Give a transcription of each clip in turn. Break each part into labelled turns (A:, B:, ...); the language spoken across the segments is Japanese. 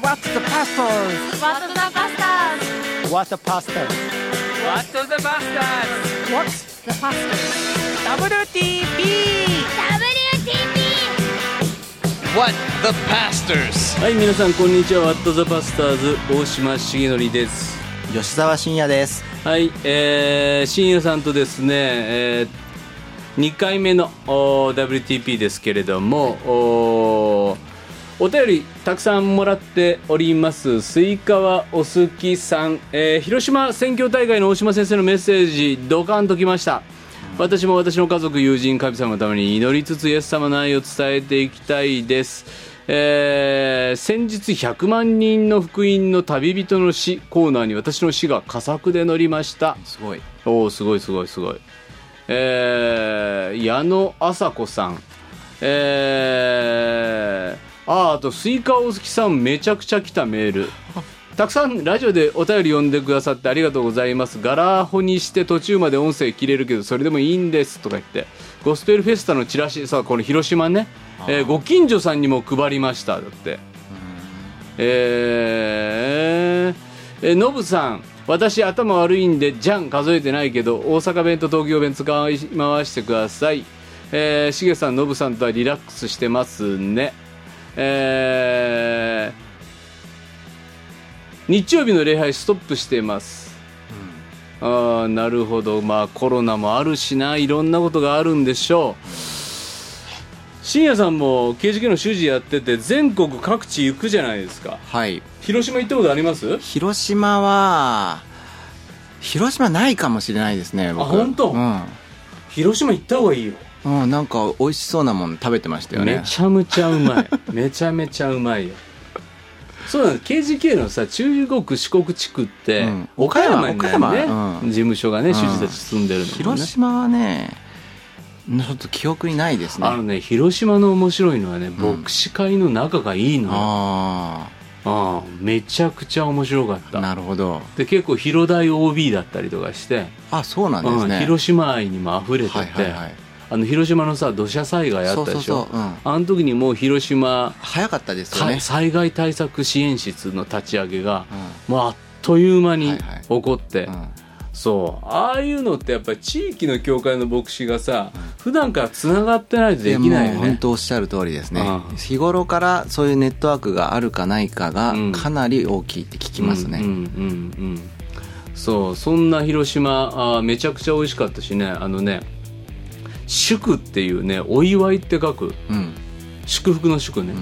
A: パスタ
B: What the pasta?
A: What a pasta
C: What the Bastards
A: What?
B: The pasta.
A: WTP
B: WTP.
C: What the Pastors
D: はい皆さんこんにちは「ワット・ザ・バスターズ」大島重則です
E: 吉沢信也です
D: はいえー、深夜さんとですね、え2回目のおー WTP ですけれどもおーお便りたくさんもらっておりますスイカはお好きさん、えー広島選挙大会の大島先生のメッセージドカンときました私も私の家族友人神様のために祈りつつイエス様の愛を伝えていきたいです、えー先日100万人の福音の旅人の詩コーナーに私の詩が佳作で載りました
E: すごい
D: おおすごいすごいすごいえー、矢野麻子さんえー、あーあとスイカ大好きさんめちゃくちゃ来たメールたくさんラジオでお便り読んでくださってありがとうございますガラホにして途中まで音声切れるけどそれでもいいんですとか言ってゴスペルフェスタのチラシさあこの広島ね、えーご近所さんにも配りましただってえーえーノブさん私頭悪いんでじゃん数えてないけど大阪弁と東京弁使い回してくださいえーしげさんノブさんとはリラックスしてますねえー日曜日の礼拝ストップしてます、ああなるほどまあコロナもあるしないろんなことがあるんでしょう深夜さんも KGK の主事やってて全国各地行くじゃないですか
E: はい
D: 広島行ったことあります
E: 広島は広島ないかもしれないですね僕
D: あ本当
E: うん
D: 広島行った方がいいよ、
E: うん、なんか美味しそうなもん食べてましたよ
D: め
E: ね
D: ちゃめちゃうまい めちゃめちゃうまいよそうなの KGK のさ中国四国地区って、
E: うん
D: 岡山になる
E: 岡
D: ね、
E: 山うん
D: 事務所がね
E: うん
D: 主事たち住んでるのもね、
E: 広島はねちょっと記憶にないですね
D: あのね広島の面白いのはね
E: ん
D: 牧師会の仲がいいのよ、あ
E: あ
D: あめちゃくちゃ面白かっ
E: あ
D: た
E: なるほど
D: で結構広大 OB だったりとかして、
E: あそうなんで
D: う
E: す
D: ん
E: ね、
D: 広島愛にも溢れてて、
E: はいはいはい
D: あの広島のさ土砂災害あ
E: そ
D: っ
E: う
D: たでしょ
E: そうそう、うん、
D: あの時にもう広島
E: 早かったですよね
D: さ災害対策支援室の立ち上げが、
E: う
D: もうあっという間
E: は
D: に
E: いはい
D: 起こって、
E: んうん
D: そうああいうのってやっぱ地域の教会の牧師がさ普段からつながってないとできな
E: や
D: いよ
E: もう本
D: ね
E: 当おっしゃる通りですね
D: うん
E: 日頃からそういうネットワークがあるかないかが
D: うん
E: かなり大きいって聞きますね、
D: うんうんうんうんそうそんな広島あーめちゃくちゃ美味しかったしねあのね祝っていうねお祝いって書く
E: うん
D: 祝福の祝ね、
E: ん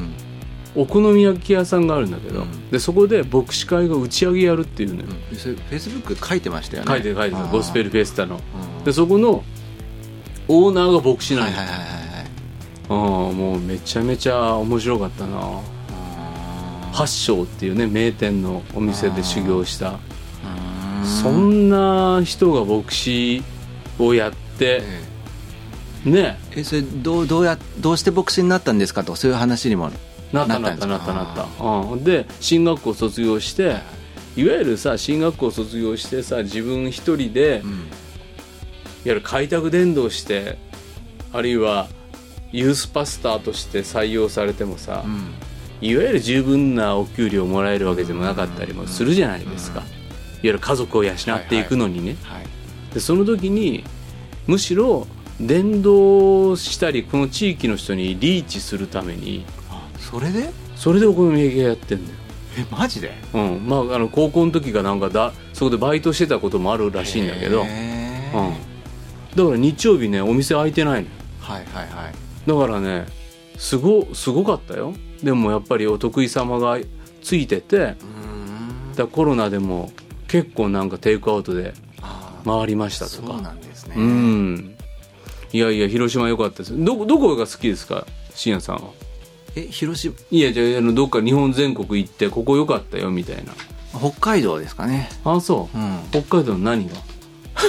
D: お好み焼き屋さんがあるんだけど、
E: うん
D: でそこで牧師会が打ち上げやるっていうのよ、
E: うんそれフェイスブック書いてましたよね
D: 書いてる書いてる
E: あー
D: ゴスペルフェスタの
E: うん
D: でそこのオーナーが牧師な
E: は
D: ん
E: い
D: よ
E: はいはいはいはい
D: あーもうめちゃめちゃ面白かったな八章っていうね名店のお店で修行したそんな人が牧師をやって
E: え
D: ね
E: えそれどうどうやどうして牧師になったんですかとかそういう話にも
D: なったな
E: な
D: っ
E: ったた
D: なったなった
E: あ
D: うん、で進学校卒業していわゆるさ進学校卒業してさ自分一人で、いわゆる開拓伝道してあるいはユースパスターとして採用されてもさ、
E: ん
D: いわゆる十分なお給料もらえるわけでもなかったりもするじゃないですか、いわゆる家族を養っていくのにね、
E: はい
D: でその時にむしろ伝道したりこの地域の人にリーチするために
E: それで
D: それでお好み焼き屋やってんだよ
E: えマジで
D: うんまあ、あの高校の時がなんかだそこでバイトしてたこともあるらしいんだけど、
E: へー
D: うん、だから日曜日ねお店開いてない
E: はいはいはい
D: のだからねすごすごかったよでもやっぱりお得意様がついててだからコロナでも結構なんかテイクアウトで
E: あ
D: 回りました
E: ー
D: と
E: そうな
D: か
E: んですね、
D: うんいやいや広島良かったですどこどこが好きですか信也さんは
E: え広島
D: いやじゃああのどっか日本全国行ってここ良かったよみたいな
E: 北海道ですかね
D: あそう、
E: うん
D: 北海道の何が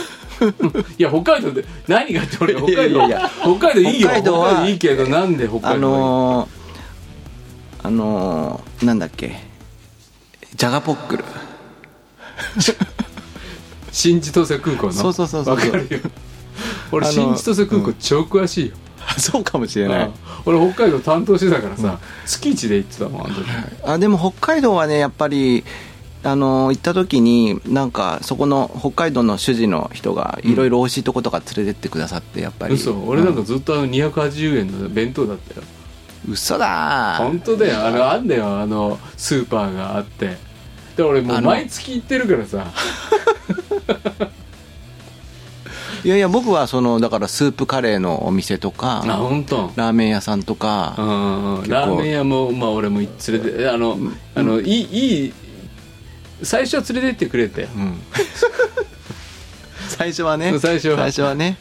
D: いや北海道で何がって俺北海道
E: いやいやいや
D: 北海道いいよ
E: 北海道は
D: 北いいけどなんで北海道がい
E: あ
D: い
E: のー、あのー、なんだっけジャガポックル
D: 新千歳空港の
E: そうそうそうそう
D: わかるよ俺
E: あの
D: 新千歳空港超詳しいよ、
E: そうかもしれない、
D: 俺北海道担当してたからさ、月一で行ってたもんあの時
E: あでも北海道はねやっぱりあの行った時になんかそこの北海道の主人の人がいろいろ美味しいとことか連れてってくださってやっぱり
D: 嘘俺なんか
E: う
D: ずっとあの280円の弁当だったよ
E: 嘘だー
D: 本当だよあのあんだよあのスーパーがあってで俺も
E: あ
D: う
E: の
D: 毎月行ってるからさ
E: いやいや僕はそのだからスープカレーのお店と
D: あ
E: か
D: 本当。
E: ラーメン屋さんと
D: う
E: か
D: んうんうん
E: 結構
D: ラーメン屋もまあ俺も連れてあのあのいいいい最初は連れてってくれて
E: うん最初はね
D: 最初は
E: ね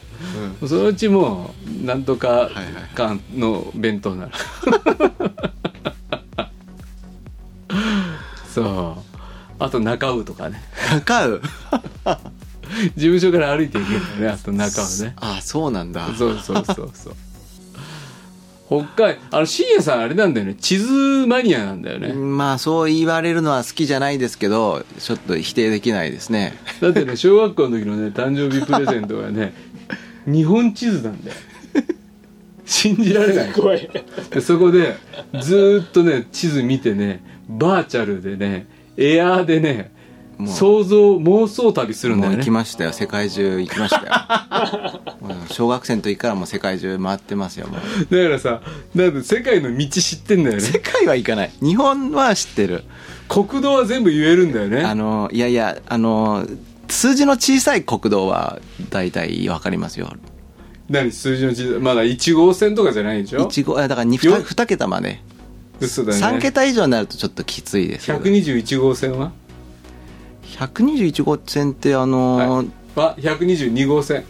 D: そのうちもうなんとか
E: はい
D: かんの弁当なら そうあと中尾とかね
E: 高 う
D: 事務所から歩いていけるんだねあと中尾ね
E: あそうなんだ
D: そうそうそうそう北海あの深夜さんあれなんだよね地図マニアなんだよね
E: まあそう言われるのは好きじゃないですけどちょっと否定できないですね
D: だってね小学校の時のね誕生日プレゼントがね日本地図なんだよ信じられないでそこでずーっとね地図見てねバーチャルでねエアーでね
E: もう
D: 想像妄想旅するんだ
E: もう
D: よ
E: 行
D: ね
E: きましたよ世界中行きました よもう小学生の時からもう世界中回ってますよもう
D: だからさなんか世界の道知ってんだよ
E: 世
D: ね
E: 界は行かない日本は知ってる
D: 国道は全部言えるんだよね
E: あのいやいやあの数字の小さい国道は大体分かりますよ
D: 何数字の地図まだ1号線とかじゃないでしょ
E: 一号あだから 2,
D: よ
E: 2桁まで
D: 嘘だね
E: 3桁以上になるとちょっときついですけど
D: 121号線は
E: 121号線ってあの、
D: は122号線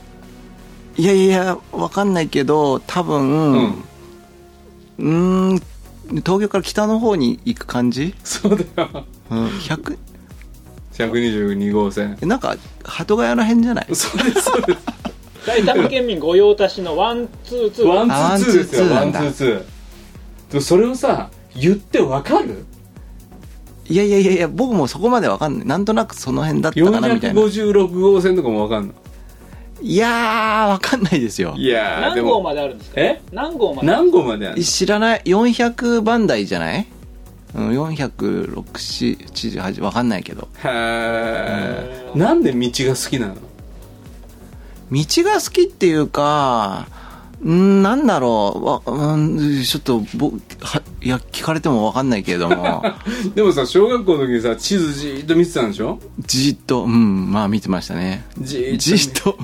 E: い、やいやいや分かんないけど多分うーん東京から北の方に行く感じ、
D: そうだよ
E: うん、100
D: 122号線
E: えなんか鳩ヶ谷らへんじゃない
D: そうですそうです
A: 埼玉県民御用達のワンツーツー
D: ワンツーツーですよ
E: あ
D: ワ
E: ワ
D: ン
E: ン
D: ツ
E: ツ
D: ー
E: ー
D: ツーでもそれをさ言ってわかる
E: いやいやいやいや僕もそこまで分かんないなんとなくその辺だったかなみたいな
D: 456号線とかもわかんの
E: いやー分かんないですよ
D: いやーで
A: 何号
D: も
A: まであるんですか
D: え
A: 何号まで
D: 何号まである
E: 知らない400番台じゃないうん40678分かんないけど
D: へえなんで道が好きなの
E: 道が好きっていうかうんなんだろうわ、うん、ちょっとぼはいや聞かれても分かんないけれど も
D: でもさ小学校の時にさ地図じーっと見てたんでしょ
E: じーっとうんまあ見てましたね
D: じーっと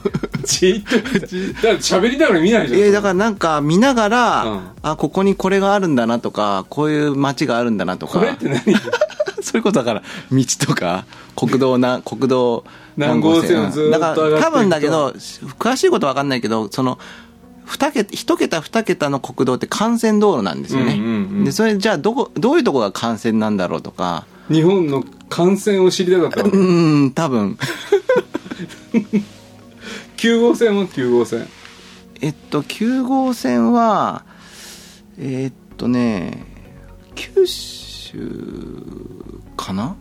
E: じーっと
D: じーっと見てただから喋りながら見ないじゃん
E: えだからなんか見ながら、
D: うん
E: あここにこれがあるんだなとかこういう街があるんだなとか
D: これって何
E: そういうことだから道とか国道な国道
D: 何号線をずーっと上がっていくと
E: だから多分だけど詳しいことは分かんないけどその二桁一桁二桁の国道って幹線道路なんですよね、
D: うんうんうん
E: でそれじゃあどこどういうとこが幹線なんだろうとか
D: 日本の感染を知りたかったわけ
E: うーん多分
D: 9号線は9号線
E: えっと9号線はえーっとね九州かな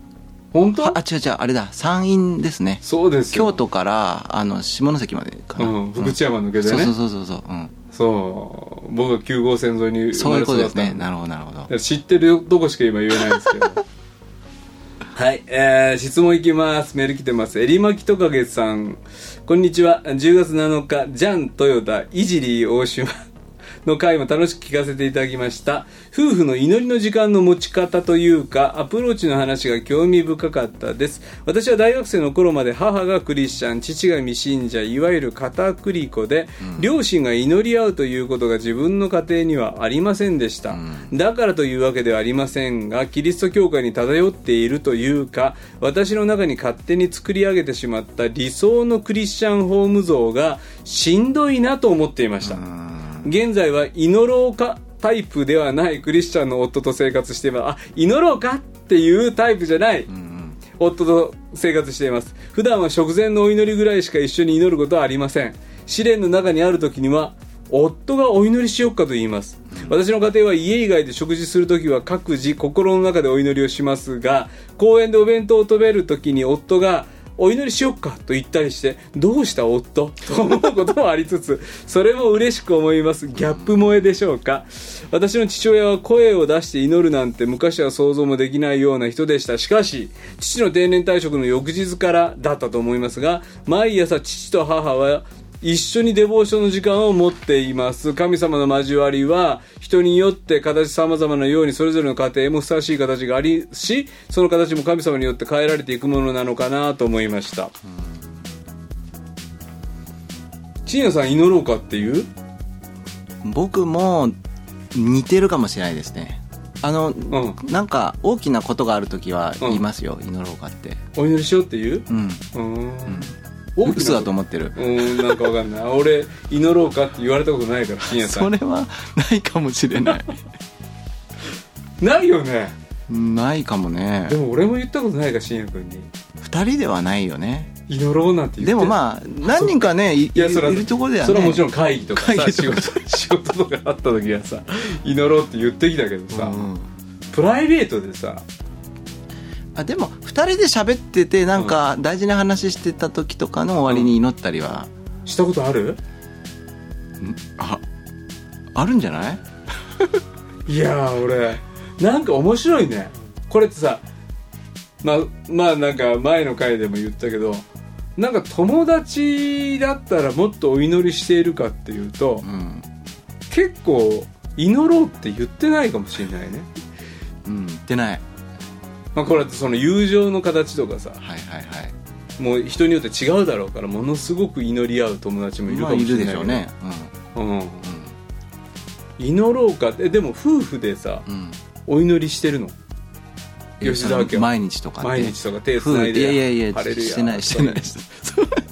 D: 本当
E: あ違う違うあれだ山陰ですね
D: そうですよ
E: 京都からあの下関までかな、
D: うん、福知山抜けて
E: そう
D: ね、
E: そう
D: そう
E: そうそうそう、うん、
D: 僕は9号線沿いに生
E: そう
D: ま
E: い
D: れ
E: うこ
D: 育
E: と
D: った
E: ですね
D: だか
E: なるほどなるほど
D: ら知ってるどこしか今言えないんですけど はい、えー、質問いきますメール来てますえりまきとかげさんこんにちは10月7日ジャン豊田いじり大島の回も楽しく聞かせていただきました夫婦の祈りの時間の持ち方というかアプローチの話が興味深かったです私は大学生の頃まで母がクリスチャン父が未信者いわゆる片栗粉で、両親が祈り合うということが自分の家庭にはありませんでした、だからというわけではありませんがキリスト教会に漂っているというか私の中に勝手に作り上げてしまった理想のクリスチャンホーム像がしんどいなと思っていました、現在は祈ろうかタイプではないクリスチャンの夫と生活していますあ祈ろうかっていうタイプじゃない、夫と生活しています普段は食前のお祈りぐらいしか一緒に祈ることはありません試練の中にある時には夫がお祈りしよっかと言います私の家庭は家以外で食事するときは各自心の中でお祈りをしますが公園でお弁当を食べるときに夫がお祈りしよっかと言ったりしてどうした夫 と思うこともありつつそれも嬉しく思いますギャップ萌えでしょうか私の父親は声を出して祈るなんて昔は想像もできないような人でしたしかし父の定年退職の翌日からだったと思いますが毎朝父と母は一緒にデボーションの時間を持っています神様の交わりは人によって形様々なようにそれぞれの家庭もふさわしい形がありしその形も神様によって変えられていくものなのかなと思いました椎名さん祈ろうかっていう
E: 僕も似てるかもしれないですねあの、
D: ん
E: なんか大きなことがある時は
D: うん
E: 言いますよ、祈ろうかって
D: お祈りしようっていう
E: うん
D: うーん
E: 嘘だと
D: 思
E: 思ってる
D: うーんなんかわかんない俺祈ろうかって言われたことないから椎名さ
E: そ
D: ん
E: れはないかもしれない
D: ないよね
E: ないかもね
D: でも俺も言ったことないから椎名君に
E: 二人ではないよね
D: 祈ろうなんて言って
E: でもまあ何人かねいい
D: いやそれはい
E: るところではね
D: それはもちろん会議とかさ
E: 会議
D: 仕
E: とか
D: 事仕事とかあった時はさ祈ろうって言ってきたけどさ、
E: うん
D: プライベートでさ
E: あでも二人で喋っててなんか大事な話してた時とかの終わりに祈ったりは、
D: したことある
E: ああるんじゃない
D: いやー俺なんか面白いねこれってさまあまあなんか前の回でも言ったけどなんか友達だったらもっとお祈りしているかっていうと
E: うん、
D: 結構祈ろうって言ってないかもしれないね、
E: うん、言ってない
D: まあ、これってその友情の形とかさ
E: はいはいはい
D: もう人によって違うだろうからものすごく祈り合う友達もいる
E: ま
D: か
E: あ
D: も
E: い
D: しれ
E: る
D: な
E: でし
D: いけど
E: ょうね
D: うん祈ろうかってえでも夫婦でさ
E: うんうん
D: お祈りしてるの吉
E: 吉
D: 沢家は
E: 毎日とかって
D: 毎日とか手つ
E: 夫
D: な
E: 婦
D: い
E: いや
D: で
E: いやいや
D: ハレルヤ
E: してないしてない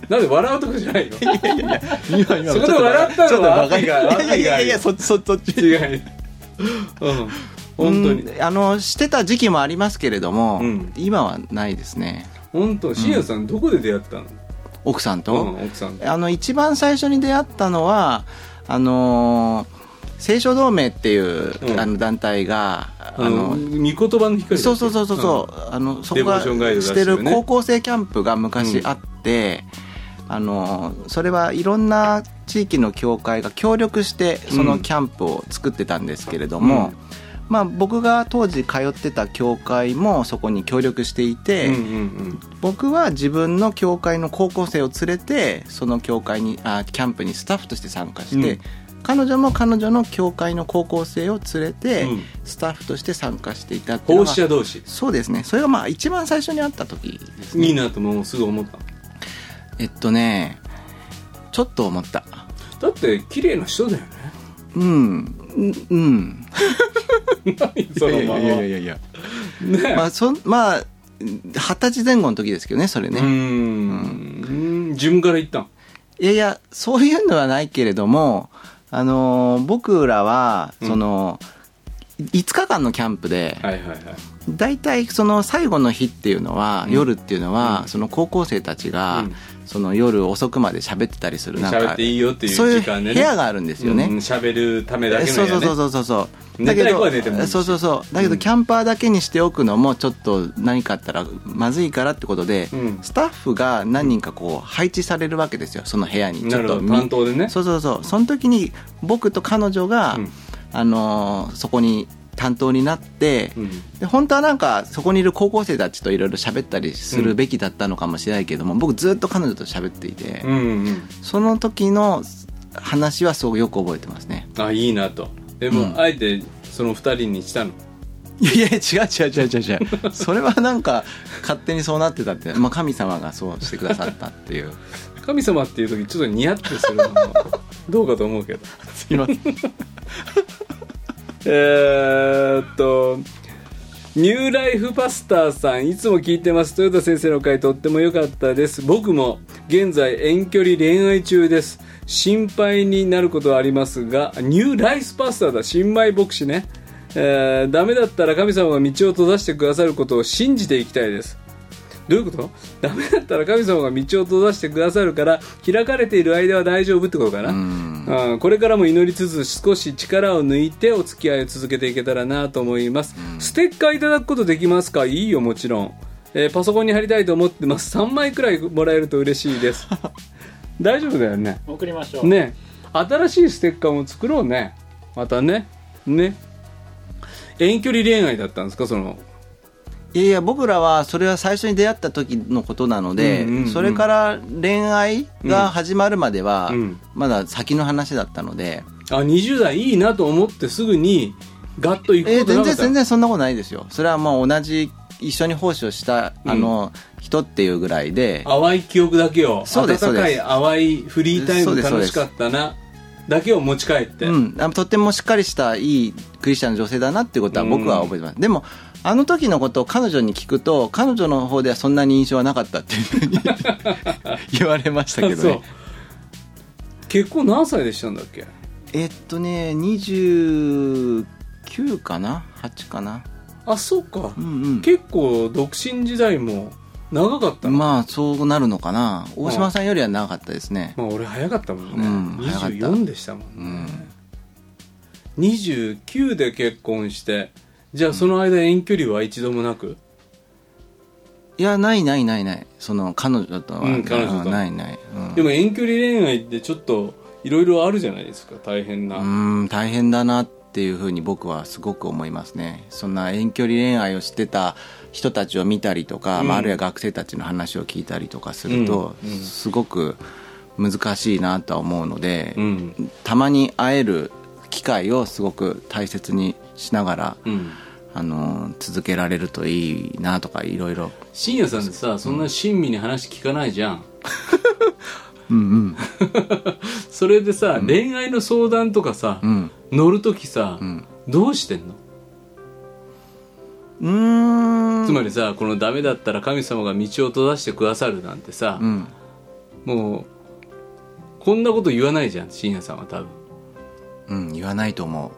D: なんで笑うとかじゃないよ
E: 今今
D: そこで笑った
E: ちょ
D: の
E: っと
D: は
E: バ
D: 悪
E: カ
D: 意
E: い
D: が
E: や
D: 悪
E: い
D: 意があ
E: や
D: る
E: いやそそそっち
D: 違いうん本当に
E: うんあのしてた時期もありますけれども、
D: うん
E: 今はないですね
D: 本当信也さんどこで出会ったの
E: 奥さん
D: う
E: と、
D: ん奥さんと
E: あの一番最初に出会ったのはあのー清書同盟っていう、
D: うん
E: あの団体があ
D: あ
E: の、
D: の見言葉の光
E: そうそうそうそうそう、あのそこ
D: デボー
E: が
D: ションガイド出
E: し
D: して
E: て
D: るね
E: る高校生キャンプが昔あって、あのそれはいろんな地域の教会が協力してそのキャンプを作ってたんですけれども、
D: うん
E: まあ、僕が当時通ってた教会もそこに協力していて、
D: うんうん
E: 僕は自分の教会の高校生を連れてその教会にあキャンプにスタッフとして参加して、
D: うん
E: 彼女も彼女の教会の高校生を連れて、
D: うん
E: スタッフとして参加していたっていう
D: 奉
E: のが
D: 仕者同士
E: そうですねそれがまあ一番最初に会った時ですね
D: いいなともうすぐ思った
E: えっとねちょっと思った
D: だって綺麗な人 だよね
E: うんうんうん
D: そのまま
E: やいや
D: ね
E: まあそんまあ二十歳前後の時ですけどねそれね、
D: うーんうん自分から言ったん
E: いやいやそういうのはないけれどもあのー僕らは
D: うん
E: その、5日間のキャンプで、
D: はいはいはい
E: 大体その最後の日っていうのは、
D: うん
E: 夜っていうのは、
D: うん
E: その高校生たちが、
D: うん
E: その夜遅くまで喋ってたりするなんか
D: 喋っていいよっていう
E: そういう
D: 時間でね
E: 部屋があるんですよね、
D: うん喋るためだけの
E: そうそうそう
D: う
E: そうそうそう
D: 寝たい子は寝てもいいし
E: そうそうそうだけどキャンパーだけにしておくのもちょっと何かあったらまずいからってことで、
D: うん
E: スタッフが何人かこう配置されるわけですよその部屋にち
D: な
E: ょっ
D: るほ
E: と
D: ど担当でね
E: そうそうそうその時に僕と彼女が、
D: うん
E: あのーそこに担当になって、
D: うん
E: で本当はなんかそこにいる高校生たちといろいろ喋ったりするべきだったのかもしれないけども、僕ずっと彼女と喋っていて、
D: うんうん
E: その時の話はすごくよく覚えてますね
D: あいいなとでも、
E: うん
D: あえてその二人にしたの
E: いやいや違う違う違う違う違 うそれはなんか勝手にそうなってたって、まあ、神様がそうしてくださったって いう
D: 神様っていう時ちょっとニヤってするのもどうかと思うけど
E: すいません
D: えーっとニューライフパスターさんいつも聞いてます豊田先生の回とっても良かったです僕も現在遠距離恋愛中です心配になることはありますがニューライスパスターだ新米牧師ね、えーダメだったら神様が道を閉ざしてくださることを信じていきたいですどういうことダメだったら神様が道を閉ざしてくださるから開かれている間は大丈夫ってことかな、
E: うん
D: うんこれからも祈りつつ少し力を抜いてお付き合いを続けていけたらなと思います、ステッカーいただくことできますかいいよもちろんえーパソコンに貼りたいと思ってます3枚 くらいもらえると嬉しいです 大丈夫だよね
A: 送りましょう。
D: ね新しいステッカーも作ろうねまたねね遠距離恋愛だったんですかその
E: いやいや僕らはそれは最初に出会った時のことなので、
D: うんうんうん
E: それから恋愛が始まるまでは、
D: うん
E: まだ先の話だったので、
D: あ20代いいなと思ってすぐにガッと行く
E: え
D: ことな
E: 全
D: か
E: 然
D: った
E: 全然そんなことないですよそれはまあ同じ一緒に奉仕をしたあの、人っていうぐらいで
D: 淡い記憶だけを
E: そうです
D: 温かい
E: そ
D: 淡いフリータイ
E: そう
D: ム
E: ですそう
D: 楽
E: で
D: し
E: す
D: かったなだけを持ち帰って、
E: うん、あのとってもしっかりしたいいクリスチャンの女性だなっていうことは僕は覚えてます、でもあの時のことを彼女に聞くと彼女の方ではそんなに印象はなかったっていうふうに 言われましたけど
D: そう
E: ね
D: 結婚何歳でしたんだっけ
E: えっとね29かな8かな
D: あそうか、
E: うん
D: 結構独身時代も長かっ
E: う
D: た
E: ん
D: の
E: まあそうなるのかな大島さんよりはなかったですね
D: まあ俺早かったもんね、
E: うん早かった
D: 24でしたもんね、29で結婚してじゃあその間遠距離は一度もなく、
E: いやないないないないその彼女とは、
D: うん彼女と
E: ないない、うん
D: でも遠距離恋愛ってちょっといろいろあるじゃないですか大変な、
E: うん大変だなっていうふうに僕はすごく思いますねそんな遠距離恋愛をしてた人たちを見たりとか、
D: うん
E: まあ、あるいは学生たちの話を聞いたりとかすると、
D: うんうん
E: すごく難しいなとは思うので、
D: うん
E: たまに会える機会をすごく大切にしながら、
D: うん
E: あの続けられるといいなとかいろいろ
D: 深夜さんってさそんな親身に話聞かないじゃん、
E: うん
D: それでさ、恋愛の相談とかさ、
E: うん
D: 乗る時さ、
E: ん
D: どうしてんの
E: うんうーん
D: つまりさこのダメだったら神様が道を閉ざしてくださるなんてさ、
E: うん
D: もうこんなこと言わないじゃん深夜さんは多分
E: うん言わないと思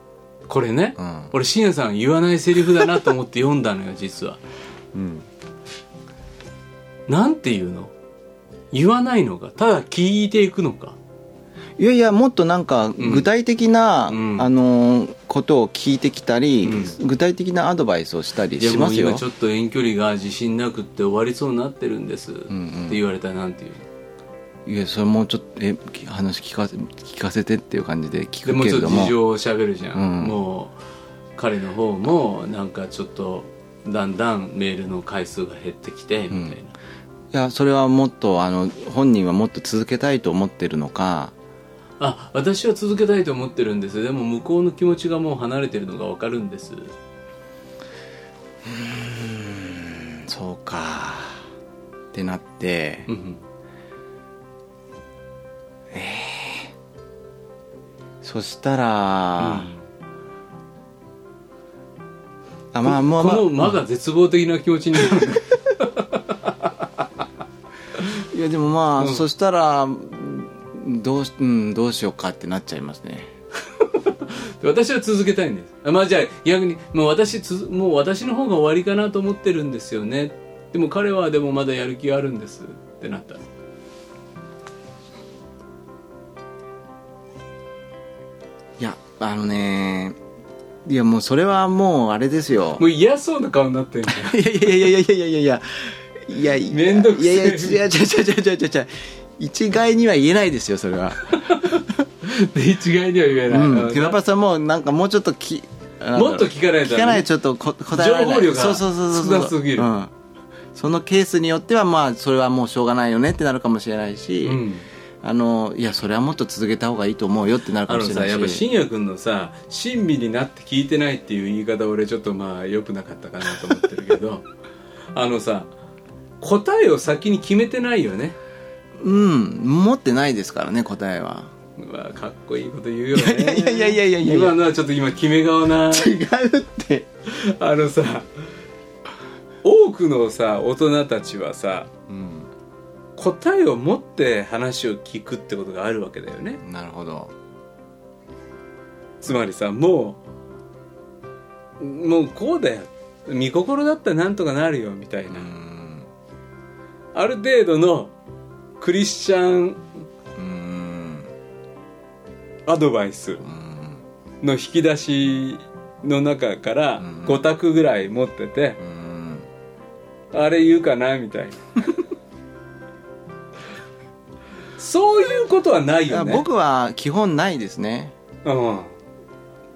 D: これね、
E: うん
D: 俺深夜さんは言わないセリフだなと思って読んだの よ実は
E: ううん
D: なんて言うの言わないのかただ聞いていくのか
E: いやいやもっとなんか
D: ん
E: 具体的な、
D: うん
E: あのーことを聞いてきたり、
D: う
E: 具体的なアドバイスをしたり
D: いや
E: します
D: もう
E: よ
D: 今ちょっと遠距離が自信なくって終わりそうになってるんです、
E: ん
D: って言われたらなんて言うの
E: いやそれもうちょっとえき話聞かせ聞かせてっていう感じで聞
D: で
E: く
D: もう
E: け
D: ちょ
E: れど
D: っと事
E: も
D: 情をしゃべるじゃん、
E: うん
D: もう彼の方もなんかちょっとだんだんメールの回数が減ってきてみたいな、
E: いやそれはもっとあの本人はもっと続けたいと思ってるのか
D: あ私は続けたいと思ってるんですでも向こうの気持ちがもう離れてるのが分かるんです
E: そうかってなって、
D: うん
E: そした
D: う
E: ら、
D: ん
E: あまあまあ
D: こ
E: まあ
D: の間が絶望的な気 持ちになる
E: いやでもまあ、
D: うん
E: そしたらどうし、うん、どうしようかってなっちゃいますね
D: 私は続けたいんですあまあじゃあ逆にもう私つもう私の方が終わりかなと思ってるんですよねでも彼はでもまだやる気があるんですってなったら
E: いやあのねいやもうそれはもうあれです よ
D: もう嫌そうな顔になってるんだよ
E: いやいやいやいやいやいやいやいやいや
D: めんどくせえ
E: いやいや違う違う違う違う違う違う一概には言えないですよそれ は、
D: で一概には言え
E: う
D: ない、
E: ん、
D: うん
E: クラパさんもなんかもうちょっときなんだろう
D: もっと聞かないと
E: 聞かないとちょっとこ答えられない
D: 情報量が
E: そうそうそうそう
D: 少なすぎる
E: うん、そのケースによってはまあそれはもうしょうがないよねってなるかもしれないし、
D: うん
E: あのいやそれはもっと続けた方がいいと思うよってなるか
D: あ
E: もし
D: の
E: れ
D: さ
E: ないし
D: やっぱ信也君のさ親身になって聞いてないっていう言い方俺ちょっとまあ良くなかったかなと思ってるけ どあのさ答えを先に決めてないよね
E: うん持ってないですからね答えは
D: うわかっこいいこと言うよね
E: いやいやいやいやいやいや
D: 今のはちょっと今決め顔 な
E: 違うって
D: あのさ多くのさ大人たちはさ答えを持って話を聞くってことがあるわけだよね
E: なるほど
D: つまりさもうもうこうだよ見心だったらなんとかなるよみたいな、
E: うん
D: ある程度のクリスチャン
E: うん
D: アドバイスの引き出しの中から
E: ん
D: 5択ぐらい持ってて、
E: うん
D: あれ言うかなみたいな そういうことはないよね
E: 僕は基本ないですね
D: うん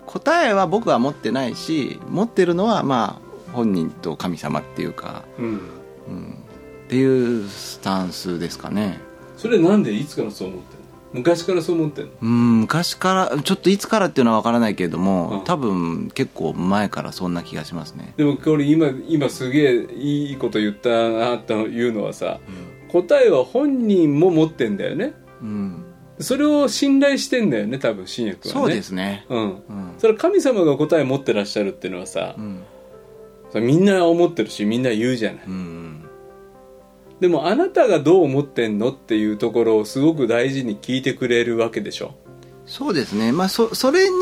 E: 答えは僕は持ってないし持ってるのはまあ本人と神様っていうか
D: うん
E: っていうスタンスですかね
D: それなんでいつからそう思ってんの昔からそう思ってんの
E: うん昔からちょっといつからっていうのは分からないけれども、
D: うん
E: 多分結構前からそんな気がしますね
D: でもこれ今今すげえいいこと言ったなっていうのはさ、答えは本人も持ってんだよね
E: うん
D: それを信頼してんだよね多分新薬はね
E: そうですね
D: うん
E: うん、
D: それは神様が答え持ってらっしゃるっていうのはさ
E: う、ん
D: それみんな思ってるしみんな言うじゃない
E: うん、
D: でもあなたがどう思ってんのっていうところをすごく大事に聞いてくれるわけでしょ
E: そうですねまあそそれに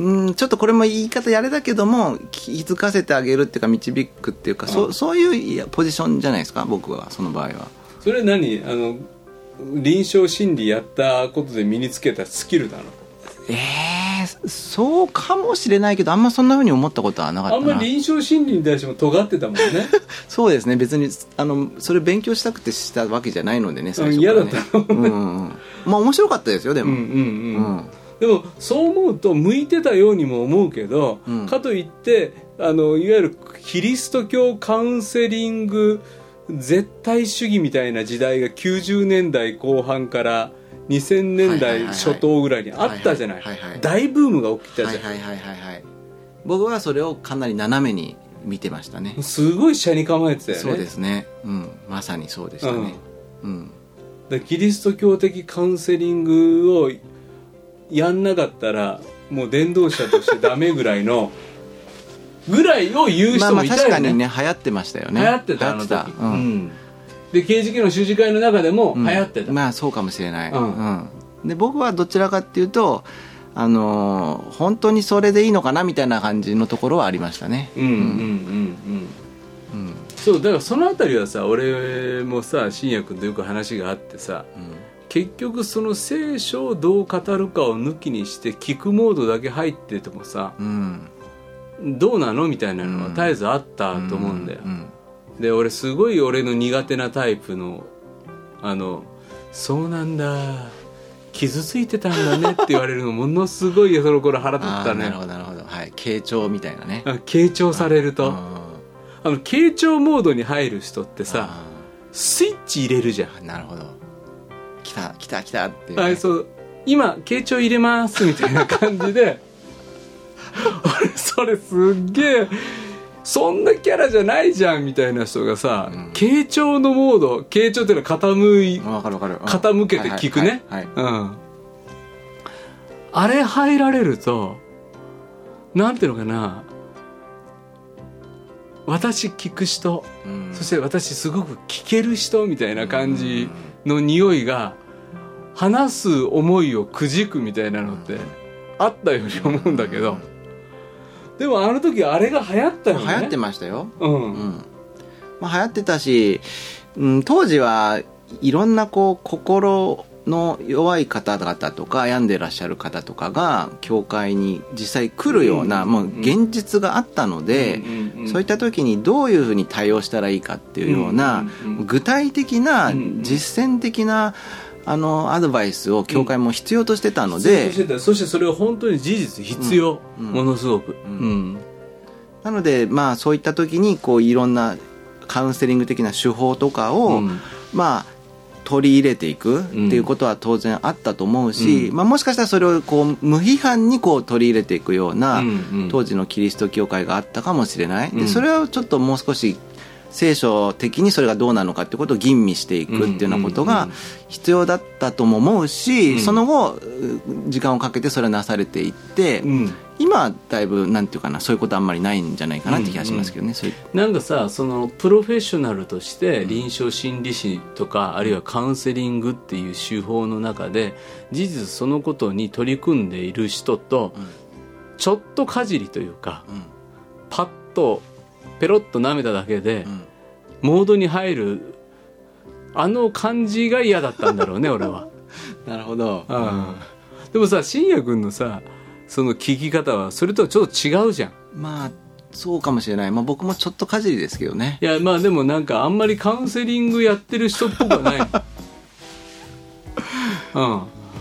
E: うん、ちょっとこれも言い方やれだけども気づかせてあげるっていうか導くっていうか、
D: う
E: そ
D: ん
E: そういういやポジションじゃないですか僕はその場合は
D: それ何あの臨床心理やったことで身につけたスキルなの
E: ええそうかもしれないけどあんまそんなふうに思ったことはなか
D: あ
E: っ
D: ん
E: たな
D: まり臨床心理に対しても尖って たもんね
E: そうですね別にあのそれ勉強したくてしたわけじゃないのでね最初から、ね、
D: 嫌だったの
E: うんうんうんまあ面白かったですよで
D: うんう
E: も、
D: ん
E: う
D: うん、
E: ん
D: でもそう思うと向いてたようにも思うけど、
E: うん
D: かといってあのいわゆるキリスト教カウンセリング絶対主義みたいな時代が90年代後半から2000年
E: はいはいはい
D: 代
E: はい
D: 初頭ぐらいにあったじゃない
E: はいはいはいはい
D: 大ブームが起きた
E: は
D: じ
E: い
D: ゃん、
E: はいはいはいはい僕はそれをかなり斜めに見てましたね
D: すごい車に構えてたよね
E: そうですすね、うん、まさにそうでしたね、うん
D: キリスト教的カウンセリングをやんなかったらもう伝道者としてダメぐらいのぐらいを言う
E: まあ
D: 人
E: ま
D: も
E: あ
D: いたよ
E: 確かにね流行ってましたよね
D: 流行ってたあ
E: 流行
D: の
E: っ
D: 時
E: てた
D: う
E: うん
D: んで刑事系の主事会の中でも流行ってた、
E: うんまあそうかもしれない、
D: う
E: うんんで僕はどちらかっていうとあのー本当にそれでいいのかなみたいな感じのところはありましたね
D: うんうんうんうん
E: うん
D: そうだからそのあたりはさ俺もさ信也君とよく話があってさ結局その聖書をどう語るかを抜きにして聞くモードだけ入っててもさ
E: うんうん
D: どうなのみたいなのは絶えずあったと思うんだよ、
E: うん
D: で俺すごい俺の苦手なタイプのあの「そうなんだ傷ついてたんだね」って言われる のものすごいその頃腹立っ
E: あ
D: た
E: あ
D: ね
E: なるほどなるほどはい傾聴みたいなね
D: あ傾聴されるとあ
E: あ
D: の傾聴モードに入る人ってさ
E: あ
D: スイッチ入れるじゃん、
E: ーなるほど来た来た来たっていうね、
D: はいそう今傾聴入れますみたいな感 じで俺それすっげえそんなキャラじゃないじゃんみたいな人がさ、
E: うん
D: 傾聴のモード傾聴っていうのは傾い
E: 分かる分かるうん
D: 傾けて聞くね
E: はいはいはい
D: うんあれ入られるとなんていうのかな私聞く
E: は
D: 人
E: いうん
D: そして私すごく聞ける人みたいな感じの匂いが話す思いをくじくみたいなのってあったように思うんだけどでもあの時あれが流行った
E: 流
D: よね
E: 行ってましたよ
D: うん
E: う、んまあ、流行ってたし、うん、当時はいろんなこう心の弱い方々とか病んでらっしゃる方とかが教会に実際来るような、
D: うん
E: もう現実があったので、そういった時にどういうふうに対応したらいいかっていうような、
D: うんうんうん
E: 具体的な
D: うんうん
E: 実践的なあのアドバイスを教会も必要としてたの
D: で
E: で、
D: そしてそれは本当に事実必要、
E: うんうん
D: ものすごく、
E: ん
D: うん
E: なのでまあそういった時にこういろんなカウンセリング的な手法とかを、
D: うん
E: まあ取り入れていくっていうことは当然あったと思うし、
D: う
E: まあ、もしかしたらそれをこう無批判にこう取り入れていくような、
D: うんうん
E: 当時のキリスト教会があったかもしれない、
D: うん
E: でそれをちょっともう少し聖書的にそれがどうなのかってことを吟味していくっていうようなこと
D: うん
E: が
D: うん
E: 必要だったとも思うし、
D: うん
E: その後う時間をかけてそれはなされていって、
D: うん
E: 今はだいぶなんていうかなそういうことあんまりないんじゃないかなって気がしますけどね。そういう
D: なんかさそのプロフェッショナルとして臨床心理士とか、あるいはカウンセリングっていう手法の中で事実そのことに取り組んでいる人
E: ん
D: と、ちょっとかじりというか
E: うん
D: パッとペロッと舐めただけで、
E: ん
D: モードに入るあの感じが嫌だったんだろ うね俺は。
E: なるほど
D: でもさ信也君のさその聞き方はそれとはちょっと違うじゃん。
E: まあそうかもしれない、まあ、僕もちょっとかじりですけどね
D: いやまあでもなんかあんまりカウンセリングやってる人っぽくはない、 う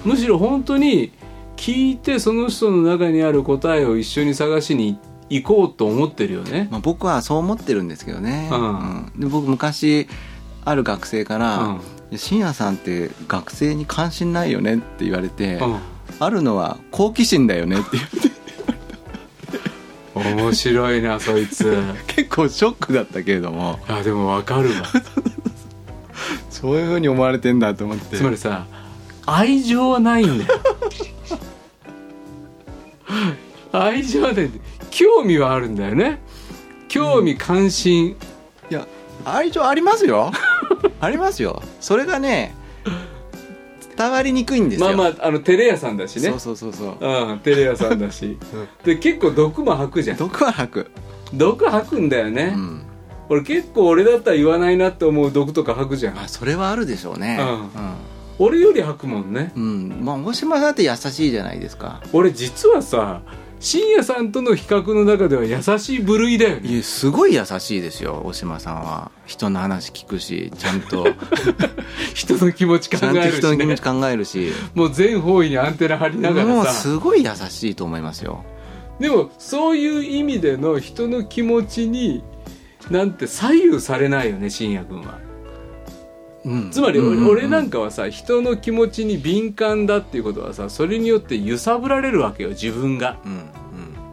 D: ん、むしろ本当に聞いてその人の中にある答えを一緒に探しに行こうと思ってるよね
E: まあ、僕はそう思ってるんですけどね、
D: うん
E: うんで僕昔ある学生から
D: うん
E: 「いや深夜さんって学生に関心ないよね」って言われて、
D: うん
E: あるのは好奇心だよねって言われて
D: 面白いなそい つ
E: 結構ショックだったけれども
D: あでもわかるわ
E: そういうふうに思われてんだと思って
D: つまりさ愛情はないんだよ愛情はない興味はあるんだよね興味関心、
E: いや愛情ありますよ ありますよそれがね伝わりにくいんですよ
D: まあまああのテレ屋さんだしね
E: そうそうそうそう
D: うん、テレ屋さんだし、で結構毒も吐くじゃん
E: 毒は吐く、
D: 毒吐くんだよ
E: う
D: ね、
E: ん、
D: 俺結構俺だったら言わないなって思う毒とか吐くじゃん
E: まあそれはあるでしょうね
D: う俺より吐くもんね
E: うん、うん、まあ大島さんって優しいじゃないですか
D: 俺実はさ深夜さんとの比較の中では優しい部類だよね
E: いやすごい優しいですよ大島さんは人の話聞くしちゃん と
D: 人の気持ち考
E: ちゃんと
D: える
E: 人
D: し、
E: の気持
D: ね
E: ち、考えるし
D: もう全方位にアンテナ張りなが
E: もう
D: らさ
E: すごい優しいと思いますよ
D: でもそういう意味での人の気持ちになんて左右されないよね深夜君は
E: うん
D: つまり
E: う
D: 俺,、
E: んうんうん
D: なんかはさ人の気持ちに敏感だっていうことはさそれによって揺さぶられるわけよ自分が
E: うん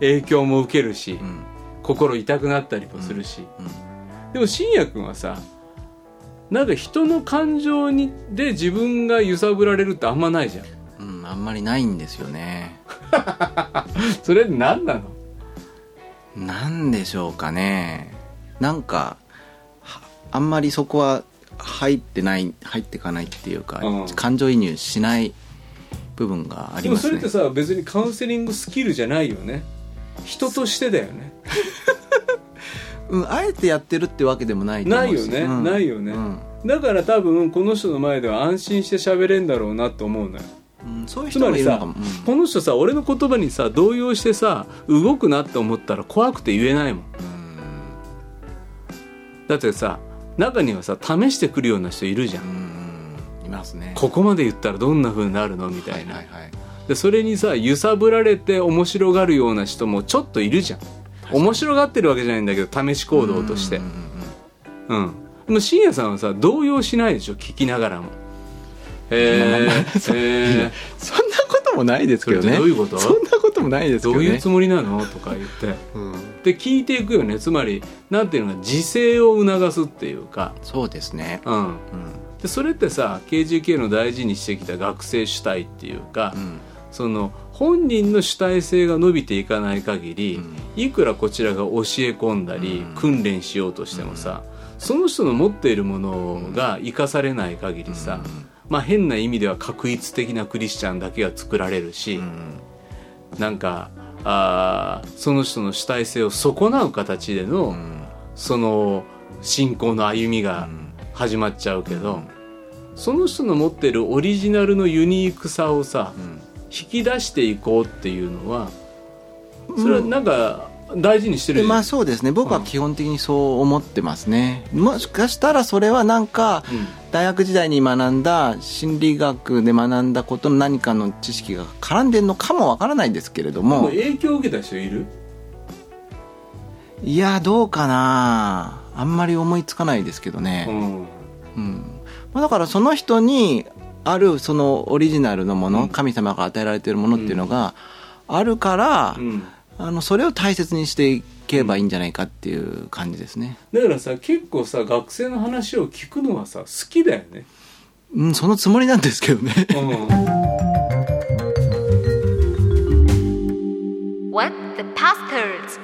D: 影響も受けるし、
E: うんうん
D: 心痛くなったりもするし、
E: うん
D: でも信也君はさなんか人の感情にで自分が揺さぶられるってあんまないじゃん
E: うん、あんまりないんですよね
D: それ何なの
E: なんでしょうかねなんかはあんまりそこは入ってない入ってかないっていうか、
D: うん
E: 感情移入しない部分があ
D: で
E: り
D: も
E: ま
D: そ
E: す
D: れっ
E: ね
D: てさ別にカウンセリングスキルじゃないよね人としてだよね
E: うん、あえてやってるってわけでもないと思
D: ないうよ
E: し
D: ね、
E: うん
D: ないよね、
E: うん
D: だから多分この人の前では安心して喋れんだろうなと思うのよ
E: うんそういう
D: つ
E: 人
D: ま
E: もい
D: り
E: るの
D: さ、
E: かも、うん
D: この人さ俺の言葉にさ動揺してさ動くなって思ったら怖くて言えないもんだってさ中にはさ試してくるような人いるじゃん、
E: うんいますね
D: ここまで言ったらどんな風になるのみた
E: はいい
D: な、
E: はいはい
D: でそれにさ揺さぶられて面白がるような人もちょっといるじゃん面白がってるわけじゃないんだけど試し行動として
E: うんうん
D: うんでも深夜さんはさ動揺しないでしょ聞きながらも へえへえ
E: そんなこともないですけど
D: それ
E: ね
D: ってどういうこと
E: そんなこともないですけ
D: ど
E: ど
D: う
E: ね
D: いうつもりなのとか言って
E: うん
D: で聞いていくよねつまりなんていうのか自制を促すっていうか、
E: そうですね
D: うん、
E: うん
D: でそれってさ KGK の大事にしてきた学生主体っていうか、
E: うん
D: その本人の主体性が伸びていかない限り、いくらこちらが教え込んだり、
E: うん
D: 訓練しようとしてもさ、その人の持っているものが生かされない限りさ、まあ、変な意味では確一的なクリスチャンだけが作られるし、
E: うん
D: なんかあーその人の主体性を損なう形での、
E: うん
D: その信仰の歩みが始まっちゃうけど、その人の持ってるオリジナルのユニークさをさ、
E: うん
D: 引き出していこうっていうのはそれはなんか大事にしてる
E: で
D: じゃん
E: まあそうですね僕は基本的にそう思ってますね、もしかしたらそれはなんか大学時代に学んだ心理学で学んだことの何かの知識が絡んでるのかもわからないですけれど
D: うん、でも
E: も
D: 影響を受けた人いる
E: いやどうかなあんまり思いつかないですけど
D: う
E: ね、
D: ん
E: うんまあ、だからその人にあるそのオリジナルのもの、
D: うん
E: 神様が与えられてるものっていうのがあるから、
D: うん
E: あのそれを大切にしていけばいいんじゃないかっていう感じですね、
D: だからさ結構さ学生の話を聞くのはさ好きだよね、
E: うん、そのつもりなんですけど ね
D: うん、
B: What the pastors?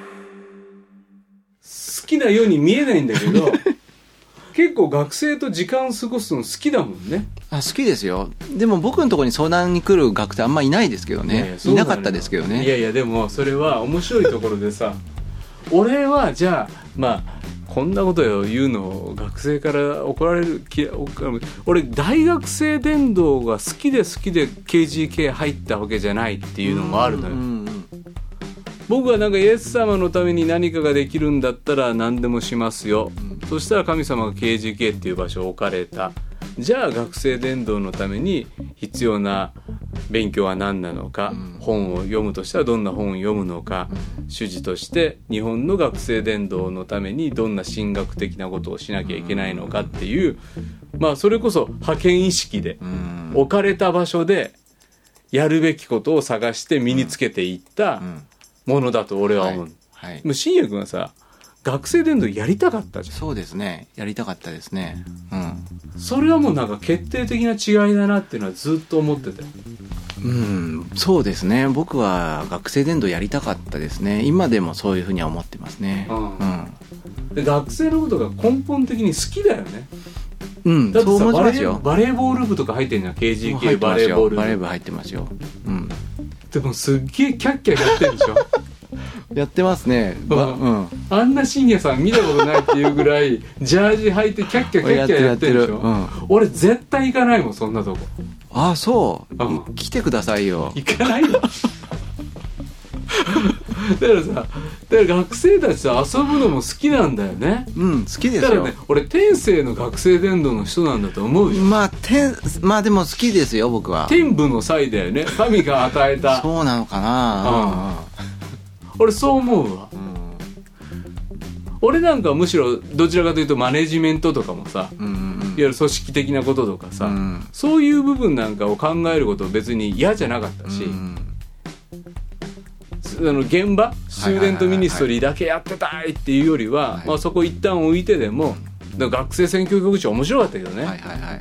D: 好きなように見えないんだけど結構学生と時間を過ごすの好きだもんね
E: あ好きですよでも僕のところに相談に来る学生あんまいないですけどねい
D: ややそう
E: な
D: のよ
E: かったですけど
D: い
E: ね
D: やいやでもそれは面白いところでさ俺はじゃあまあこんなことを言うのを学生から怒られるき怒られる俺大学生伝道が好きで好きで KGK 入ったわけじゃないっていうのもあるの
E: う
D: よ、
E: んうん
D: 僕はなんかイエス様のために何かができるんだったら何でもしますよ、そしたら神様が KGK っていう場所を置かれたじゃあ学生伝道のために必要な勉強は何なのか、本を読むとしたらどんな本を読むのか、主事として日本の学生伝道のためにどんな神学的なことをしなきゃいけないのかっていう、まあそれこそ派遣意識で
E: うん
D: 置かれた場所でやるべきことを探して身につけていった
E: うん
D: ものだと俺は
E: はい
D: 思う。
E: はい
D: でも新君はさ学生伝道やりたかったじゃ
E: そうですねやりたかったですねうん
D: んそれはもうなんか決定的な違いだなっていうのはずっと思ってて
E: うん、そうですね僕は学生伝道やりたかったですね今でもそういうふうには思ってますね
D: うん
E: うん、
D: で学生のことが根本的に好きだよね
E: うん
D: だっ
E: そ
D: て
E: う
D: さ
E: 思い
D: バ
E: ま
D: レ
E: す
D: ー
E: よ
D: バレーボール部とか入ってんじゃん
E: もう
D: KGK
E: 入って
D: バ
E: ます
D: レーボー
E: よ
D: ル
E: バレー
D: 部
E: 部入ってますよ、うん、
D: でもすっげえキャッキャやってるで しょ
E: やってますねば
D: う
E: うん
D: あんな深夜さん見たことないっていうぐらいジャージ履いてキャッキャキャッキャやってるでしょ、
E: うん
D: 俺絶対行かないもんそんなとこ
E: ああそう、
D: うん
E: 来てくださいよ
D: 行 かないよだからさだから学生たちと遊ぶのも好きなんだよね
E: うん好きです
D: だか
E: よ、
D: らね俺天性の学生伝道の人なんだと思うよ
E: まあ天まあでも好きですよ僕は
D: 天部の際だよね神が与えた
E: そうなのかな
D: 俺そう思うわ俺なんかむしろどちらかというとマネジメントとかもさいわ
E: うんうんうん
D: ゆる組織的なこととかさ、
E: うん
D: そういう部分なんかを考えること別に嫌じゃなかったし、
E: うん
D: あの現場スチューデントミニストリーだけやってたいっていうよりは、
E: はい
D: まあ、そこ一旦置いてでもだから学生選挙局長面白かったけどね、
E: はいはいはい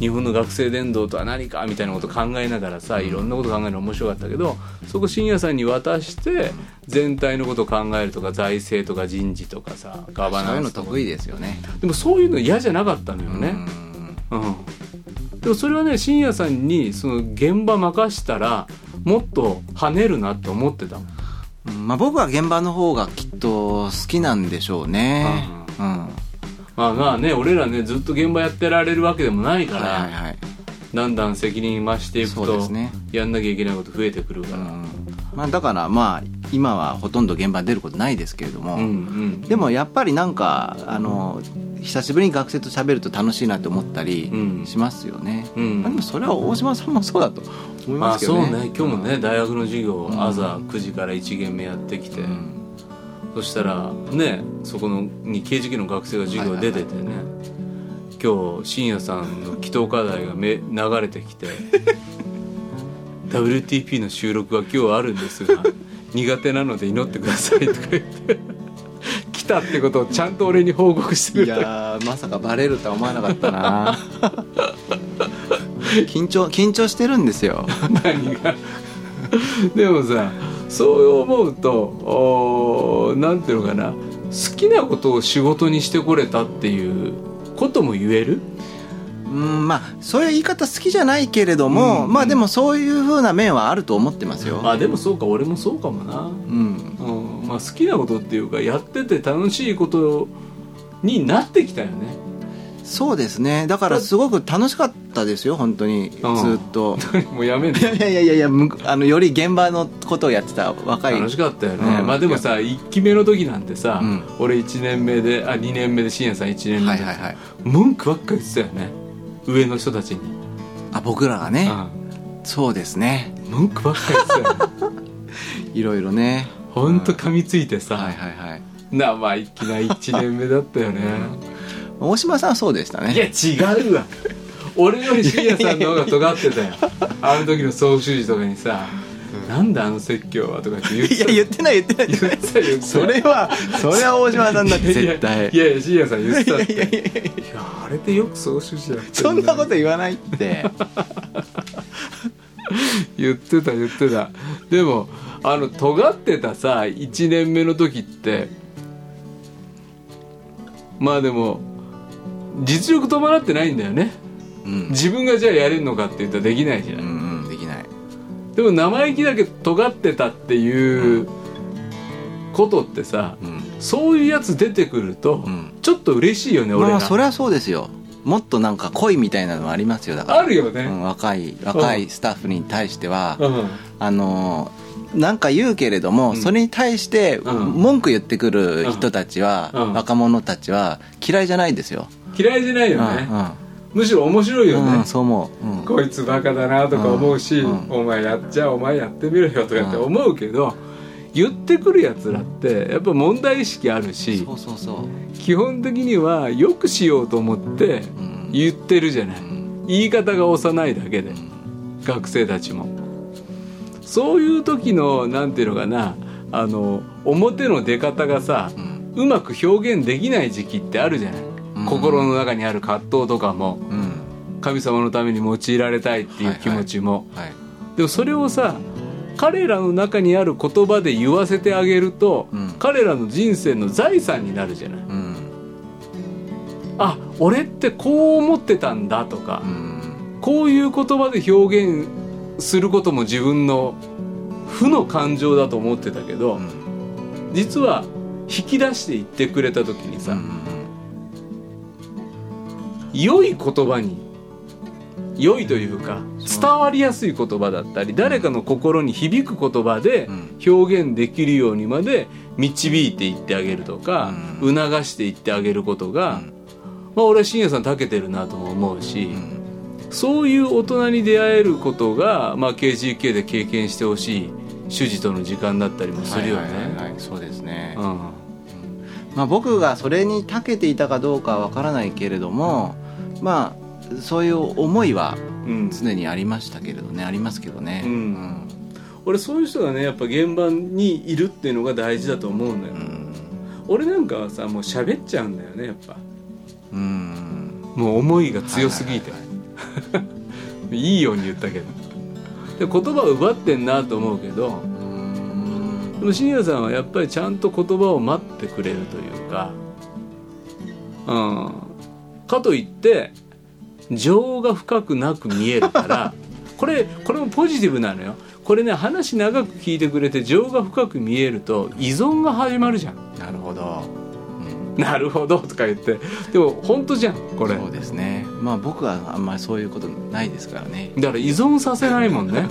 D: 日本の学生伝道とは何かみたいなこと考えながらさいろんなこと考えるの面白かったけどそこ深夜さんに渡して全体のことを考えるとか財政とか人事とかさガバ
E: そうい
D: ナ
E: う
D: ン
E: の
D: スとか
E: 得意ですよね
D: でもそういうの嫌じゃなかったのよ
E: う
D: ね、
E: ん
D: うん、でもそれはね深夜さんにその現場任したらもっと跳ねるなって思ってたもん
E: うんまあ、僕は現場の方がきっと好きなんでしょうね。うん。は
D: まあまあね俺らねずっと現場やってられるわけでもない
E: い
D: から、
E: はいはい。
D: だんだん責任増していく
E: そうで
D: と、
E: すね
D: やんなきゃいけないこと増えてくるか
E: う
D: ら、
E: ん。まあだからまあ今はほとんど現場に出ることないですけれども、
D: うんうん
E: でもやっぱりなんかあの久しぶりに学生と喋ると楽しいなと思った
D: うん
E: りしますよね。
D: うん
E: まあでもそれは大島さんもそうだと思い
D: ま
E: ま
D: あ
E: すけど
D: そう
E: ね。
D: ね今日もね大学の授業朝9時から1限目やってきて、
E: うん。
D: そしたらねそこのに KGK の学生が授業出ててね、今日深夜さんの祈祷課題がめ流れて きて WTP の収録が今日あるんですが苦手なので祈ってくださいとか言って来たってことをちゃんと俺に報告してく
E: い
D: れた
E: やーまさかバレるとは思わなかった な。緊張緊張してるんですよ。
D: 何がでもさそう思うとおーなんていうのかな好きなことを仕事にしてこれたっていうことも言える
E: うんまあそういう言い方好きじゃないけれども、
D: うん
E: まあでもそういう風な面はあると思ってますよ。
D: あでもそうか俺もそうかもな、
E: うん、
D: うんまあ、好きなことっていうかやってて楽しいことになってきたよね
E: そうですねだからすごく楽しかったですよ本当にず
D: うん
E: っと。
D: もうやめんの
E: いやいやいやいやむあのより現場のことをやってた若い
D: 楽しかったよね、
E: うん
D: まあでもさ1期目の時なんてさ、
E: うん
D: 俺1年目であ2年目で信也さん1年目で、
E: はいはいはい
D: 文句ばっか言ってたよね上の人たちに、
E: あ僕らがね、
D: うん
E: そうですね
D: 文句ばっかり言ってたよ ね
E: いろいろね
D: ほんと噛みついてさ、
E: はいはいはい
D: 生意気な1年目だったよね
E: 大島さんはそうでした
D: い
E: ね
D: や違うわ俺より深夜さんの方が尖ってたよあの時の総集時とかにさ「なんだあの説教は」とかって言っ
E: い
D: て
E: や
D: た
E: 言ってない言ってない
D: 言ってた言ってた
E: それはそれは大島さんだって絶対
D: いやいやいや深夜さん言ってたっていやあれでよく総集時やってだ
E: そんなこと言わないって
D: 言ってた言ってたでもあの尖ってたさ1年目の時ってまあでも実力伴ってないんだよね
E: うん、
D: 自分がじゃあやれるのかって言ったらできないじゃ
E: う
D: ない、
E: んうん、できない
D: でも生意気だけど尖ってたっていうことってさ、
E: うん
D: そういうやつ出てくると
E: うん
D: ちょっと嬉しいよね、俺
E: ま
D: ら
E: あそれはそうですよもっとなんか恋みたいなのはありますよだから
D: あるよね、
E: うん、若い若いスタッフに対しては、
D: うん
E: あのーなんか言うけれども、それに対して
D: ん
E: 文句言ってくる人たちは、
D: うん
E: 若者たちは嫌いじゃないですよ、
D: 嫌いじゃないよ
E: うん
D: ね、むしろ面白いよ
E: うん
D: ね
E: うん、、そう思う、うん
D: こいつバカだなとか思うし、
E: うん
D: お前やっちゃお前やってみろよとかって思うけど、言ってくるやつらってやっぱ問題意識あるし
E: そうそうそう、
D: 基本的にはよくしようと思って
E: うん
D: 言ってるじゃない、
E: ん
D: 言い方が幼いだけで、学生たちもそういう時のなんていうのかなあの表の出方がさ、
E: ん
D: うまく表現できない時期ってあるじゃない、
E: ん
D: 心の中にある葛藤とかも
E: うん
D: 神様のために用いられたいっていう気持ちも、
E: はい
D: でもそれをさ彼らの中にある言葉で言わせてあげると、
E: うん
D: 彼らの人生の財産になるじゃない
E: うん
D: あ俺ってこう思ってたんだとか
E: う、ん
D: こういう言葉で表現することも自分の負の感情だと思ってたけど、
E: うん
D: 実は引き出して言ってくれた時にさ、良い言葉に良いというか伝わりやすい言葉だったり誰かの心に響く言葉で
E: うん
D: 表現できるようにまで導いていってあげるとか、
E: う
D: 促していってあげること
E: う
D: が、
E: ん
D: まあ、俺は信也さん長けてるなとも思うし、
E: うん
D: そういう大人に出会えることが、まあ、KGK で経験してほしい主事との時間だったりもするよ
E: はいはいは
D: ね。
E: いはいそうですね、
D: うん
E: まあ、僕がそれに長けていたかどうかはわからないけれどもまあそういう思いは
D: うん
E: 常にありましたけれどねありますけどね、
D: うん俺そういう人がねやっぱ現場にいるっていうのが大事だと思うんだよ、
E: うんうん
D: 俺なんかはさもう喋っちゃうんだよねやっぱ
E: うん
D: もう思いが強すぎて、
E: はい
D: いいように言ったけどで言葉を奪ってんなと思うけど
E: うん
D: でも信也さんはやっぱりちゃんと言葉を待ってくれるというかうんかといって情が深くなく見えるから これこれもポジティブなのよこれね話長く聞いてくれて情が深く見えると依存が始まるじゃん
E: なるほど、うん
D: なるほどとか言ってでも本当じゃんこれ
E: そうですねまあ僕はあんまりそういうことないですからね
D: だから依存させないもん ね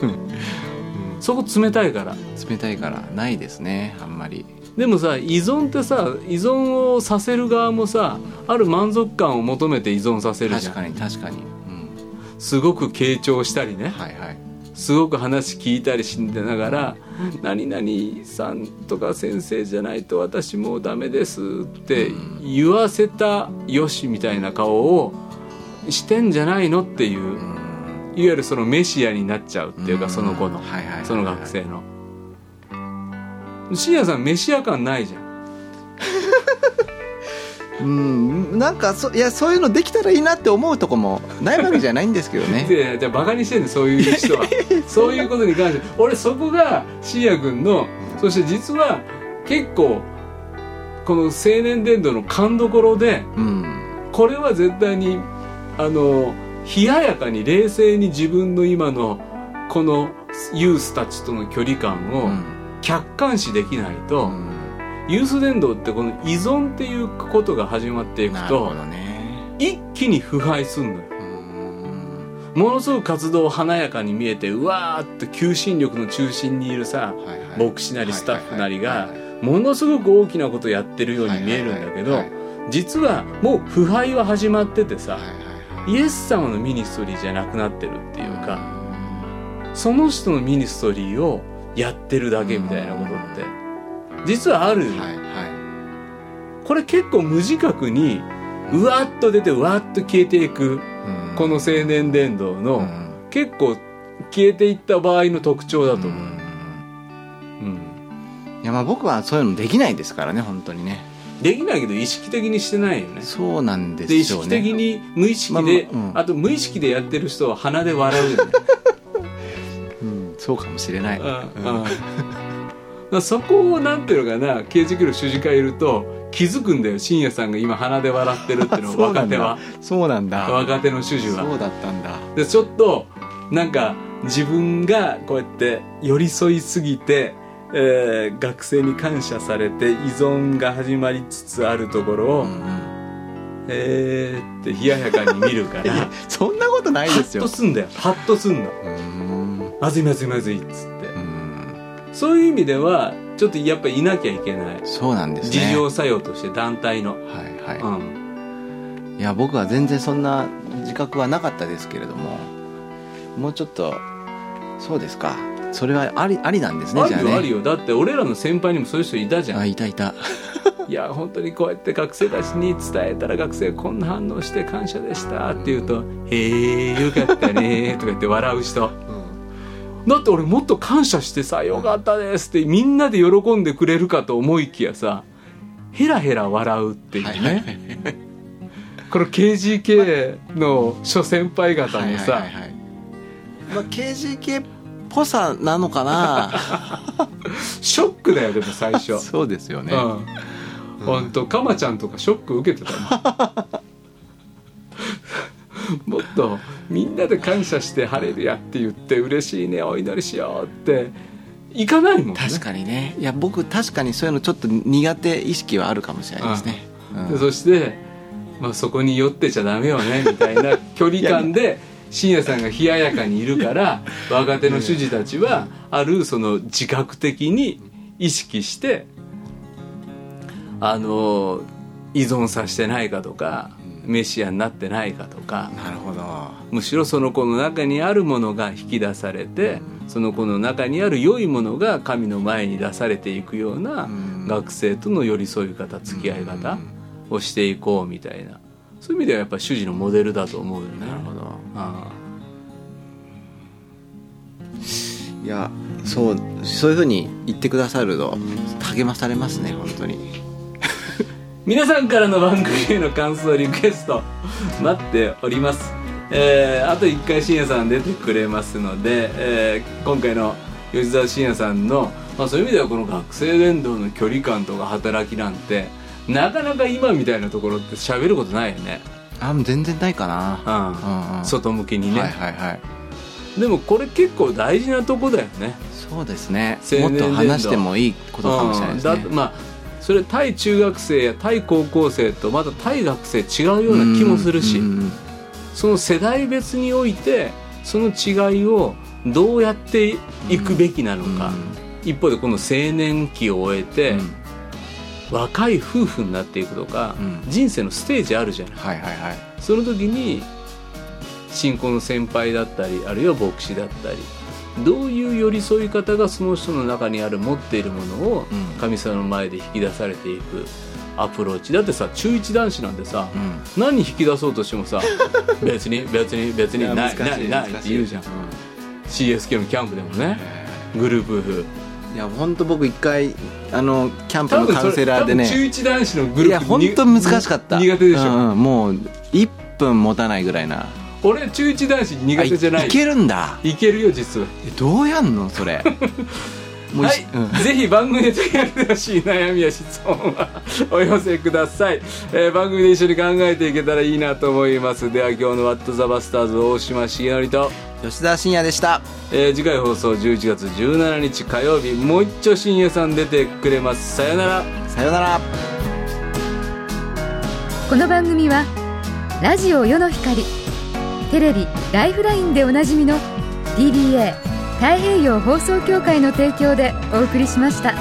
D: そこ冷たいから
E: 冷たいからないですねあんまり
D: でもさ依存ってさ依存をさせる側もさある満足感を求めて依存させるじゃ
E: 確
D: ん
E: かに確かに、うん、
D: すごく傾聴したりね
E: はいはい
D: すごく話聞いたりしながら「何々さんとか先生じゃないと私もうダメです」って言わせたよしみたいな顔をしてんじゃないのっていう
E: う
D: いわ
E: ん
D: ゆるそのメシアになっちゃうっていうかその子の。
E: はいはいはいはい
D: その学生の信也さん飯屋感ないじゃん
E: うんなんかそいやそういうのできたらいいなって思うとこもないわけじゃないんですけどね
D: でじゃあバカにしてんねそういう 人はそういうことに関して俺そこが信也君のそして実は結構この青年伝道の勘どころで
E: うん
D: これは絶対にあの冷ややかに冷静に自分の今のこのユースたちとの距離感
E: う
D: を
E: ん
D: 客観視できない
E: う
D: と、
E: ん
D: ユース伝道ってこの依存っていうことが始まっていく
E: なるほ
D: と
E: どね
D: 一気に腐敗すんのよ
E: うん
D: ものすごく活動華やかに見えてうわーっと求心力の中心にいる
E: はいは
D: さ
E: い
D: 牧師なりスタッフなり
E: はい
D: が
E: はいはい
D: ものすごく大きなことやってるように見えるんだけ
E: は
D: ど
E: いはい
D: 実はもう腐敗は始まっててさ
E: はいはい
D: イエス様のミニストリーじゃなくなってるっていうかその人のミニストリーをやってるだけみたいなことって実はあるよね
E: はいは
D: これ結構無自覚にうわっと出てわっと消えていく
E: いうん
D: この青年伝道
E: う
D: の
E: ん
D: 結構消えていった場合の特徴だと思う、うん
E: いやまあ僕はそういうのできないですからね本当にね
D: できないけど意識的にしてないよね
E: そうなんで
D: で意
E: しょう
D: 識
E: ね
D: 的に無意識で、
E: まあまあうん
D: あと無意識でやってる人は鼻で笑うよね、
E: うんそうかもしれない、
D: う
E: うん
D: うん
E: ん
D: だからそこをなんていうのかな刑事局の主事会いると気づくんだよ深夜さんが今鼻で笑ってるっていうの を
E: そうな
D: 若
E: ん
D: 手
E: だ
D: は
E: そうなんだ
D: 若手の主事は
E: そうだったんだ
D: でちょっとなんか自分がこうやって寄り添いすぎて、えー学生に感謝されて依存が始まりつつあるところを、
E: うん
D: えーって冷ややかに見 るからハ
E: そんなことないです
D: ッ
E: よ
D: とすんだよハッとすんの
E: うーん
D: まずいまずいまずいっつって
E: うん
D: そういう意味ではちょっとやっぱいなきゃいけない、
E: そうなんですね
D: 事情作用として団体の、
E: はいはい、
D: うん、
E: いや僕は全然そんな自覚はなかったですけれどももうちょっとそうですかそれはありありなんですね
D: あ
E: じゃあ
D: る
E: ね
D: よあるよだって俺らの先輩にもそういう人いたじゃん
E: あいたいた
D: いや本当にこうやって学生たちに伝えたら学生こんな反応して感謝でしたって言うと「へえよかった ね」とか言って笑う人、だって俺もっと感謝してさ「よかったです」ってみんなで喜んでくれるかと思いきやさヘラヘラ笑うっていうね、この KGK の諸先輩方
E: はい
D: も
E: はい
D: さ、
E: はいはいまあ KGK っぽさなのかな
D: ショックだよでも最 初
E: そうですよね、
D: うん、ほんとかまちゃんとかショック受けてたもん もっとみんなで感謝して「晴れるや」って言って「嬉しいねお祈りしよう」って行かないもんね
E: 確かにねいや僕確かにそういうのちょっと苦手意識はあるかもしれないですね、うん
D: でそして、まあ、そこに寄ってちゃダメよ ねみたいな距離感で深夜さんが冷ややかにいる から若手の主児たちはあるその自覚的に意識してあの依存させてないかとかメシアになってないかとか
E: なるほど
D: むしろその子の中にあるものが引き出されてその子の中にある良いものが神の前に出されていくような
E: うん
D: 学生との寄り添い方付き合い方をしていこうみたいなそういう意味ではやっぱ主人のモデルだと思うよね。
E: なるほど
D: あ
E: いやそうそういうふうに言ってくださると励まされますね本当に
D: あ皆さんからの番組への感想リクエスト待っております。えーあと1回深夜さん出てくれますので、えー今回の吉沢深夜さんの、まあ、そういう意味ではこの学生連動の距離感とか働きなんてなかなか今みたいなところって喋ることないよね、
E: あもう全然ないかな
D: うん
E: うんうん
D: 外向けにね、
E: はいはいはい
D: でもこれ結構大事なとこだよね
E: そうですね
D: 青年
E: もっと話してもいいことかもしれないですね
D: うんだまあそれ対中学生や対高校生とまた対学生違うような気もするし、
E: うんうん
D: その世代別においてその違いをどうやっていくべきなの
E: うん
D: か、一方でこの青年期を終えて、
E: うん
D: 若い夫婦になっていくとか、
E: うん
D: 人生のステージあるじゃない
E: はいはいはい
D: その時に信仰の先輩だったりあるいは牧師だったりどういう寄り添い方がその人の中にある持っているものを
E: うん
D: 神様の前で引き出されていくアプローチだってさ中一男子なんてさ、
E: うん
D: 何引き出そうとしても さ別に別に別にないないないって言うじゃん CSK のキャンプでもねグループ夫婦
E: いや本当僕一回あのキャンプ
D: 多
E: の
D: 分
E: カ
D: そ
E: ウン
D: れ
E: セラーで
D: 多分中
E: ね
D: 一男子のグ
E: い
D: ルー
E: や
D: プ
E: 本当難しかった
D: 苦手でしょ、
E: うんうんもう1分持たないぐらいな
D: 俺中一男子苦手じゃな
E: あ
D: い
E: いけるんだ
D: いけるよ実は
E: えどうやんのそ れもう
D: はい、
E: うん
D: ぜひ番組で取り上げてほしい悩みや質問はお寄せください、えー番組で一緒に考えていけたらいいなと思いますでは今日の「ワットザバスターズ大島重則と、
E: 吉田信也でした
D: えー次回放送11月17日火曜日もう一丁深夜さん出てくれますさよなら
E: さようなら
F: この番組はラジオ世の光テレビ「ライフライン」でおなじみの TBA 太平洋放送協会の提供でお送りしました。